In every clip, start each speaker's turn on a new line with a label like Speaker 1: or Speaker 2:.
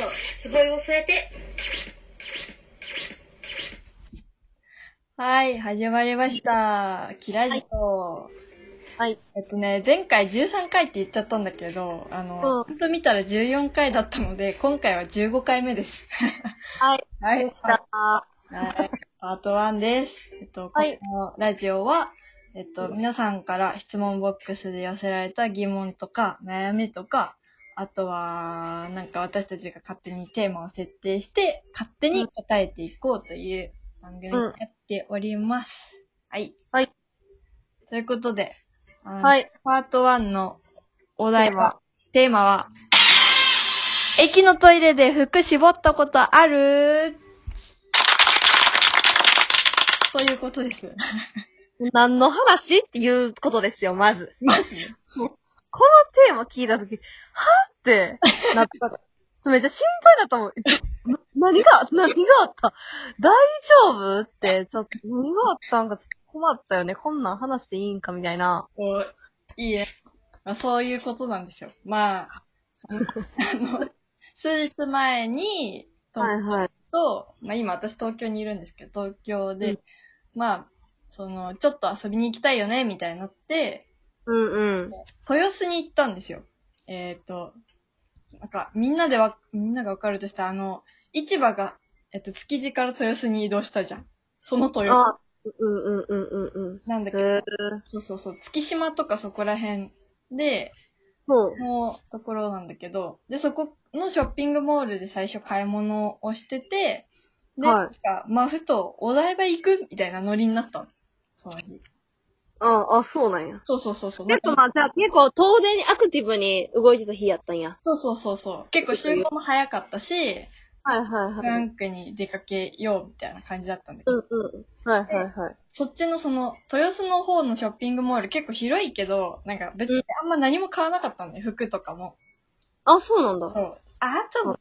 Speaker 1: 声を添えて、
Speaker 2: はい、始まりました。キラジオ。
Speaker 3: はい。
Speaker 2: えっとね、前回13回って言っちゃったんだけど、あの、
Speaker 3: う
Speaker 2: ちゃんと見たら14回だったので、今回は15回目です。
Speaker 3: はい。
Speaker 2: はい
Speaker 3: でした。は
Speaker 2: はい、パート1です。えっと、
Speaker 3: はい
Speaker 2: このラジオは、えっと、皆さんから質問ボックスで寄せられた疑問とか、悩みとか、あとは、なんか私たちが勝手にテーマを設定して、勝手に答えていこうという番組になっております。はい。
Speaker 3: はい。
Speaker 2: ということで、あの
Speaker 3: はい。
Speaker 2: パート1のお題は、テーマは、駅のトイレで服絞ったことあるということです。
Speaker 3: 何の話っていうことですよ、まず。
Speaker 2: まず、
Speaker 3: テーマ聞いたとき、はぁってなったから。めっちゃ心配だったもん。えな何が、何があった大丈夫って、ちょっと何があったんかちょっと困ったよね。こんなん話していいんかみたいな。
Speaker 2: こう、いいえ。まあ、そういうことなんですよ。まあ、あの、数日前に、
Speaker 3: いはい。
Speaker 2: と、まあ今私東京にいるんですけど、東京で、
Speaker 3: うん
Speaker 2: まあ、その、ちょっと遊びに行きたいよね、みたいになって、
Speaker 3: うんうん。
Speaker 2: 豊洲に行ったんですよ。えっ、と、なんか、みんなでわ、みんながわかるとしたら、あの、市場が、えっと、築地から豊洲に移動したじゃん。その豊洲。
Speaker 3: あ、うんうんうんうんうん。
Speaker 2: なんだけど、
Speaker 3: へえ。
Speaker 2: そうそうそう、月島とかそこら辺で、
Speaker 3: そう。
Speaker 2: のところなんだけど、で、そこのショッピングモールで最初買い物をしてて、で、
Speaker 3: はい
Speaker 2: なんか、まあ、ふと、お台場行くみたいなノリになったの。その日。
Speaker 3: あ、あ、そうなんや。
Speaker 2: そうそうそうそう。
Speaker 3: 結構まあ、じゃあ結構遠出にアクティブに動いてた日やったんや。
Speaker 2: そうそうそうそう。結構集合も早かったし、
Speaker 3: はいはい
Speaker 2: フラ。ンクに出かけようみたいな感じだったんだけ
Speaker 3: う
Speaker 2: ど、
Speaker 3: んうん。はいはいはい。
Speaker 2: そっちのその、豊洲の方のショッピングモール結構広いけど、なんか別にあんま何も買わなかったんだよ、服とかも。
Speaker 3: あ、そうなんだ。
Speaker 2: そう。あ、あと500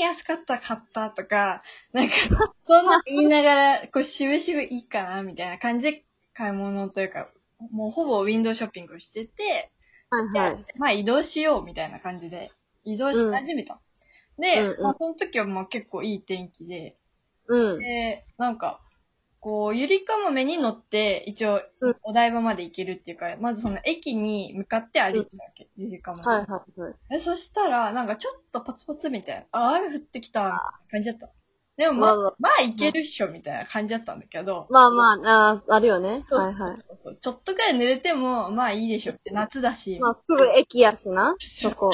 Speaker 2: 円安かったら買ったとか、なんか、 そんな言いながら、こう、しぶしぶいいかな、みたいな感じで買い物というか、もうほぼウィンドウショッピングをしてて、
Speaker 3: はい
Speaker 2: じゃ
Speaker 3: は
Speaker 2: あ
Speaker 3: い。
Speaker 2: まあ移動しようみたいな感じで、移動し始めた。で、
Speaker 3: うんうん
Speaker 2: まあその時はまあ結構いい天気で、
Speaker 3: うん。
Speaker 2: で、なんか、こう、ゆりかもめに乗って、一応
Speaker 3: うん、
Speaker 2: お台場まで行けるっていうか、まずその駅に向かって歩いてたわけ、ゆりかもめ。
Speaker 3: はいはいはい。
Speaker 2: えそしたら、なんかちょっとパツパツみたいな、あ、雨降ってきた、みたいな感じだった。でもまあ、
Speaker 3: まあ
Speaker 2: まあいけるっしょ、みたいな感じだったんだけど、
Speaker 3: まあまあ、あーあるよね。
Speaker 2: そう
Speaker 3: は
Speaker 2: そ
Speaker 3: いうは
Speaker 2: そうそう、ちょっとくらい濡れても、まあいいでしょって、夏だし
Speaker 3: い。。まあ、すぐ駅やしな、
Speaker 2: そ
Speaker 3: そこ。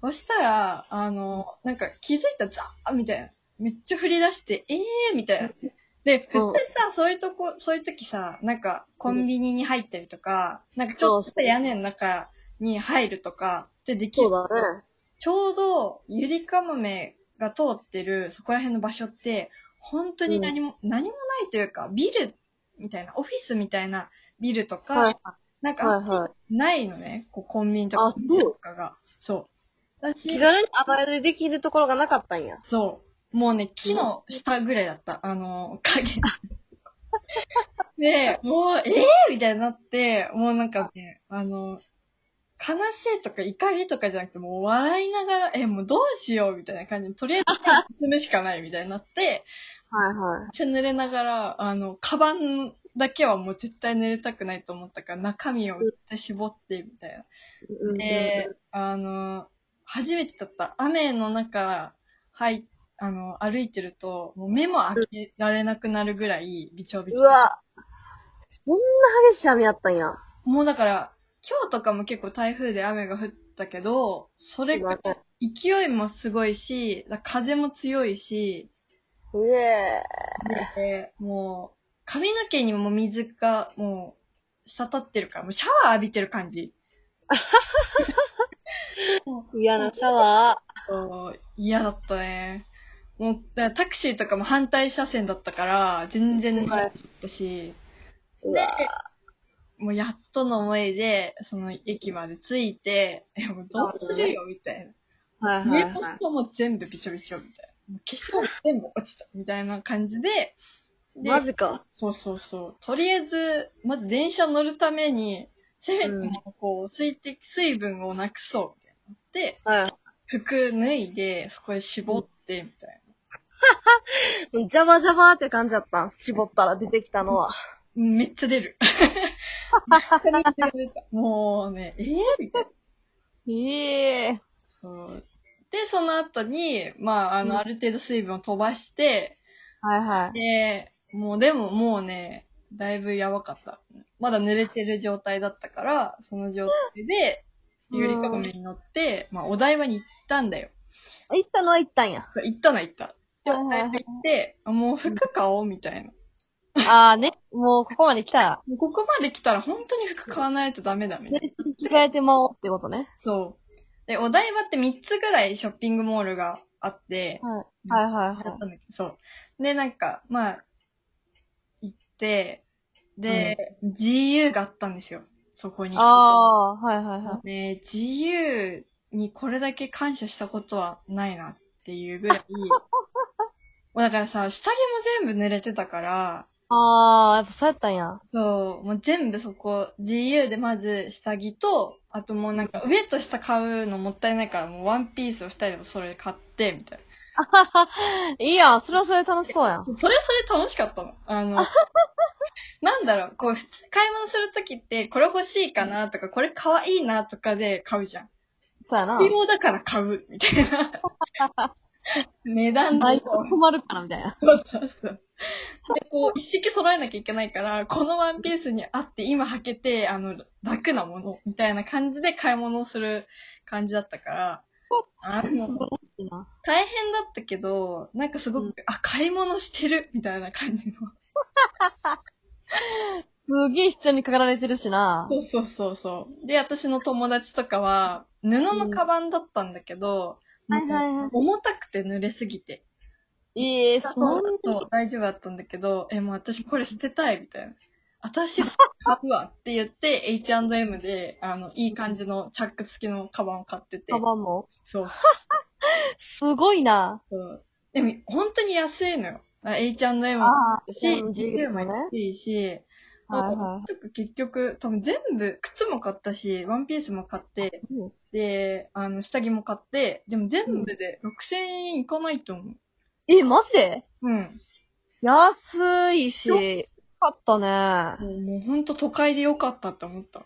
Speaker 2: そしたら、あの、なんか気づいたらザーみたいな。めっちゃ振り出して、ええー、みたいな。で、普
Speaker 3: うん
Speaker 2: 通さ、そういうとこ、そういう時さ、なんかコンビニに入ったりとか、なんかちょっ
Speaker 3: そう
Speaker 2: と屋根の中に入るとかってでき
Speaker 3: そ
Speaker 2: る
Speaker 3: う。だね。
Speaker 2: ちょうど、ゆりかもめが通ってる、そこら辺の場所って、本当に何も、何もないというか、ビルみたいな、オフィスみたいなビルとか、
Speaker 3: はい
Speaker 2: なんか、
Speaker 3: はいはい。
Speaker 2: ないのね、こうコンビニと
Speaker 3: あそ
Speaker 2: か
Speaker 3: う、
Speaker 2: 店とかが。そう。私
Speaker 3: 気軽に暴れできるところがなかったんや。
Speaker 2: そう。もうね、木の下ぐらいだった。あの、影。で、もう、ええー、みたいになって、もうなんかね、あの、悲しいとか怒りとかじゃなくて、もう笑いながら、え、もうどうしようみたいな感じで、とりあえず進むしかないみたいになって、
Speaker 3: はいは
Speaker 2: めっちゃ濡れながら、あの、カバンだけはもう絶対濡れたくないと思ったから、中身を絶対絞って、みたいな。
Speaker 3: い。うんうん
Speaker 2: で、あの、初めてだった雨の中、はい、あの、歩いてると、もう目も開けられなくなるぐらい、びちょびちょ。
Speaker 3: うわ、そんな激しい雨やったんや。
Speaker 2: もうだから、今日とかも結構台風で雨が降ったけど、それ、勢いもすごいし、だ風も強いし、
Speaker 3: うえ
Speaker 2: で、もう、髪の毛にも水が、もう、滴ってるから、もうシャワー浴びてる 感じ。
Speaker 3: ー。嫌なシャワ
Speaker 2: そう、嫌だったね。もう、だからタクシーとかも反対車線だったから、全然なかったし、
Speaker 3: ー。うわ
Speaker 2: もうやっとの思いで、その駅まで着いて、え、もうどうするよ、みたい
Speaker 3: はい
Speaker 2: な。
Speaker 3: はい
Speaker 2: 上
Speaker 3: はい
Speaker 2: も下も全部びちょびちょ、みたいな。もう化粧も全部落ちた、みたいな感じで、で
Speaker 3: マジか。
Speaker 2: そうそうそう。とりあえず、まず電車乗るために、せめてもこう、水滴、水分をなくそう、みたいな。で、
Speaker 3: はい。
Speaker 2: 服脱いで、そこで絞って、て、みたい
Speaker 3: ジャバジャバって感じだったん。絞ったら出てきたのは。
Speaker 2: な。めっちゃ出る。めっちゃ出たもうね、えー、みたいな。
Speaker 3: ええ
Speaker 2: そう。で、その後に、まあ、あ
Speaker 3: うん
Speaker 2: の、ある程度水分を飛ばして、
Speaker 3: はいはい。
Speaker 2: で、もうでももうね、だいぶやばかった。まだ濡れてる状態だったから、その状態で、
Speaker 3: うん
Speaker 2: ゆりかごめに乗って、まあ、お台場に行ったんだよ。
Speaker 3: 行ったのは行ったんや。
Speaker 2: そう、行ったな、行った。で、
Speaker 3: はい
Speaker 2: お
Speaker 3: はいはい
Speaker 2: 台場行って、あもう服買おう、みたいな。
Speaker 3: ああね、もうここまで来たら、
Speaker 2: もうここまで来たら本当に服買わないとダメだ、みたいな
Speaker 3: ね。着替えてまおうってことね。
Speaker 2: そう。で、お台場って3つぐらいショッピングモールがあって、
Speaker 3: はい。はいはい
Speaker 2: だった
Speaker 3: は
Speaker 2: んだけど、そう。で、なんか、まあ、行って、で、GU があったんですよ。そこ
Speaker 3: い。
Speaker 2: に。
Speaker 3: ああ、はいはいはい。
Speaker 2: ね、GU にこれだけ感謝したことはないなっていうぐらい。もうだからさ、下着も全部濡れてたから、
Speaker 3: ああ、やっぱそうやったんや。
Speaker 2: そう、もう全部そこ、GU でまず下着と、あともうなんか上と下買うのもったいないから、もうワンピースを二人でそれ買って、みたい
Speaker 3: いいやん、それはそれで楽しそうやん。
Speaker 2: な。それはそれ楽しかったの。あの、なんだろう、こう、普通買い物するときって、これ欲しいかなとか、これ可愛いなとかで買うじゃん。
Speaker 3: そうやな。
Speaker 2: 必要だから買う、みたいな。値段
Speaker 3: バイ
Speaker 2: の
Speaker 3: ト。困るからみたいな。
Speaker 2: そうそうそう。で、こう、一式揃えなきゃいけないから、このワンピースに合って、今履けて、あの、楽なもの、みたいな感じで買い物をする感じだったから、あ
Speaker 3: 素晴
Speaker 2: の、
Speaker 3: らしいな。
Speaker 2: 大変だったけど、なんかすごく、
Speaker 3: うん
Speaker 2: あ、買い物してる、みたいな感じの。
Speaker 3: すげえ必要にかかられてるしな。
Speaker 2: そうそうそうそう。で、私の友達とかは、布のカバンだったんだけど、
Speaker 3: はいはいはい
Speaker 2: 重たくて濡れすぎて。
Speaker 3: ええそ
Speaker 2: そ
Speaker 3: ん
Speaker 2: う
Speaker 3: な
Speaker 2: だと大丈夫だったんだけど、え、もう私これ捨てたい、みたいな。私、買うわって言って、H&M で、あの、いい感じのチャック付きのカバンを買ってて。
Speaker 3: カバンも。
Speaker 2: そう
Speaker 3: すごいな。
Speaker 2: そう。でも、本当に安いのよ。あ H&M も
Speaker 3: ああ、
Speaker 2: 安いし、
Speaker 3: GU もね。
Speaker 2: 安いし、
Speaker 3: はいはい
Speaker 2: なんかちょっと結局、多分全部、靴も買ったし、ワンピースも買って、
Speaker 3: そう
Speaker 2: で、あの、下着も買って、でも全部で6000円いかないと思う。
Speaker 3: え、マジで
Speaker 2: うん。
Speaker 3: 安いし、よかったね。
Speaker 2: もうもうほんと都会でよかったって思った。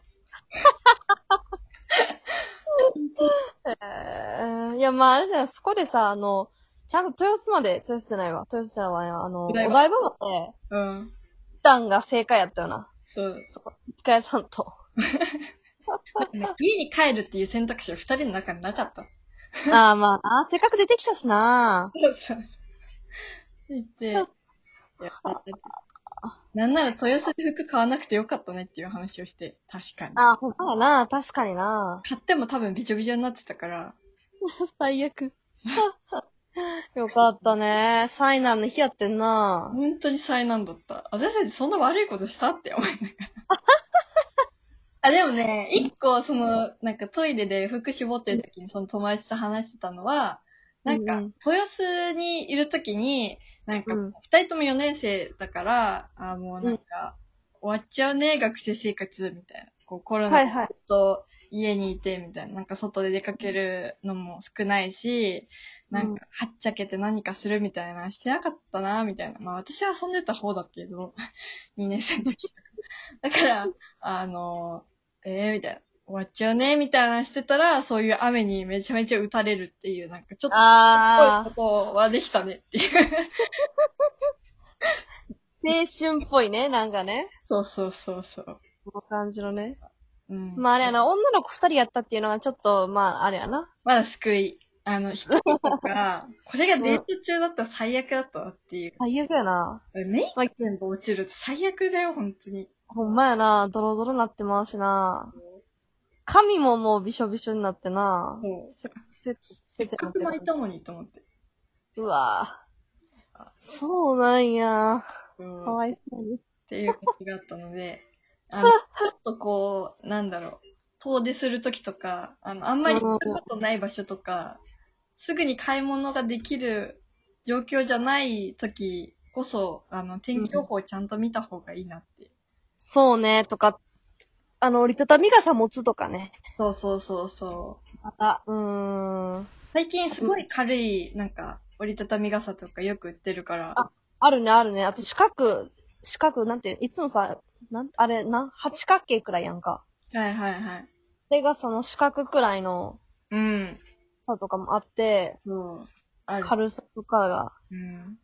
Speaker 3: えー、いや、まあ、あれじゃない、そこでさ、あの、ちゃんと豊洲まで、豊洲じゃないわ、豊洲じゃないわ、あの、お
Speaker 2: お
Speaker 3: 台
Speaker 2: 台
Speaker 3: 場
Speaker 2: 場
Speaker 3: まで、
Speaker 2: うん。
Speaker 3: 行ったんが正解やったよな。
Speaker 2: そう。
Speaker 3: 一回さん と。
Speaker 2: ね家に帰るっていう選択肢は二人の中になかった。
Speaker 3: ああ、まあ、あーせっかく出てきたしな。
Speaker 2: そうそうそう。言って、いやなんなら豊洲で服買わなくてよかったねっていう話をして、確かに。
Speaker 3: ああ、ほんまやな、確かにな。
Speaker 2: 買っても多分びちょびちょになってたから、
Speaker 3: 最悪。 よかったね。災難の日やってんな。
Speaker 2: 本当に災難だった。私たちそんな悪いことしたって思いなが ら。あ、でもね、一個、その、なんかトイレで服絞ってる時にその友達と話してたのは、なんか、
Speaker 3: うんうん
Speaker 2: 豊洲にいる時に、なんか、
Speaker 3: うん
Speaker 2: 二人とも4年生だから、あもうなんか、終わっちゃうね、学生生活、みたいな。こう、コロナ
Speaker 3: はい
Speaker 2: でず
Speaker 3: は
Speaker 2: っ
Speaker 3: い。
Speaker 2: と家にいて、みたいな。なんか外で出かけるのも少ないし、なんか、はっちゃけて何かするみたいな、してなかったな、みたいな。まあ私は遊んでた方だけど、2年生の時とか。だから、あの、えー、みたいな。終わっちゃうね、みたいなしてたら、そういう雨にめちゃめちゃ打たれるっていう、なんかちょっと、
Speaker 3: ああ、
Speaker 2: こういうことはできたねっていう。
Speaker 3: 青春っぽいね、なんかね。
Speaker 2: そうそうそうそう。
Speaker 3: この感じのね。
Speaker 2: うん。
Speaker 3: まああれやな、女の子二人やったっていうのはちょっと、まああれやな。
Speaker 2: まだ救い。あの、一人とか、これがデート中だったら最悪だったわっていう。
Speaker 3: 最悪やな。
Speaker 2: メイク全部落ちると最悪だよ、本当に。
Speaker 3: ほんまやな、ドロドロなってまうしな。髪ももうびしょびしょになってな。
Speaker 2: もう、せ
Speaker 3: せせ
Speaker 2: っかく巻いたのにと思って。
Speaker 3: うわぁ。そうなんや。
Speaker 2: うん
Speaker 3: かわいそうに。
Speaker 2: っていうことがあったので、あの、ちょっとこう、なんだろう、遠出するときとか、あの、あんまり行ったことない場所とか、すぐに買い物ができる状況じゃないときこそ、あの、天気予報をちゃんと見た方がいいなって。
Speaker 3: そうね、とか、あの、折りたたみ傘持つとかね。
Speaker 2: そうそうそうそう。
Speaker 3: また、うーん。
Speaker 2: 最近すごい軽い、なんか、折りたたみ傘とかよく売ってるから。
Speaker 3: ああるね、あるね。あと四角、四角、なんて、いつもさ、なん、あれ、な、八角形くらいやんか。
Speaker 2: はいはいはい。
Speaker 3: それがその四角くらいの、
Speaker 2: うん。
Speaker 3: さとかもあって、
Speaker 2: そう。ある。
Speaker 3: 軽さとかが
Speaker 2: うん。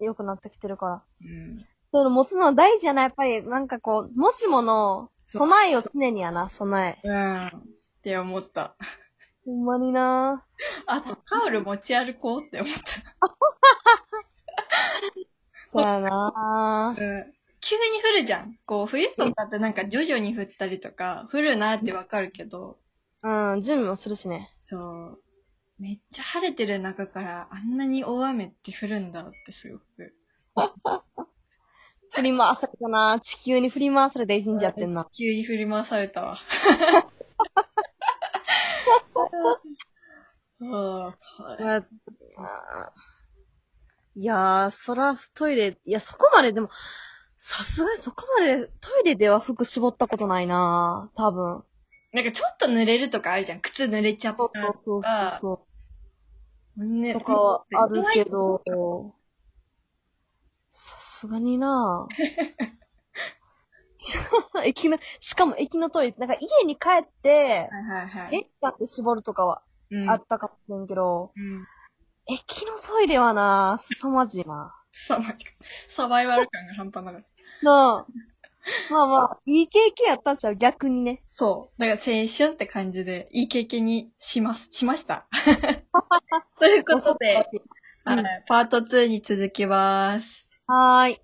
Speaker 3: 良くなってきてるから。
Speaker 2: うん。
Speaker 3: その持つのは大事やな、やっぱり。なんかこう、もしもの、備えを常にやな、備え。
Speaker 2: うん。って思った。
Speaker 3: ほんまにな
Speaker 2: あと、タオル持ち歩こうって思っ
Speaker 3: そうやな
Speaker 2: た。うん。急に降るじゃん。こう、冬とかってなんか徐々に降ったりとか、降るなってわかるけど、
Speaker 3: うん、準備もするしね。
Speaker 2: そう。めっちゃ晴れてる中からあんなに大雨って降るんだってすごく。
Speaker 3: 振り回されたな地球に振り回されて一日やってんな。
Speaker 2: 急に振り回されたわ。 うんそれ
Speaker 3: いやー、そら、トイレ、いや、そこまで、でも、さすがにそこまで、トイレでは服絞ったことないな多分。
Speaker 2: なんかちょっと濡れるとかあるじゃん。靴濡れちゃったと
Speaker 3: そう
Speaker 2: か。
Speaker 3: そ
Speaker 2: ね
Speaker 3: う。とかはあるけ。ど、さすがに な駅の、しかも駅のトイレ、なんか家に帰って、
Speaker 2: はいはいはい。
Speaker 3: 駅だって絞るとかは
Speaker 2: うん
Speaker 3: あったかもしれんけど、
Speaker 2: うん。
Speaker 3: 駅のトイレはな凄まじいな
Speaker 2: サバイサバイバル感が半端なかった。
Speaker 3: なあ。まあまあ、いい経験やったんちゃう逆にね。
Speaker 2: そう。だから青春って感じで、いい経験にします、しました。 ということで、
Speaker 3: うん
Speaker 2: はいパート2に続きます。
Speaker 3: はーい。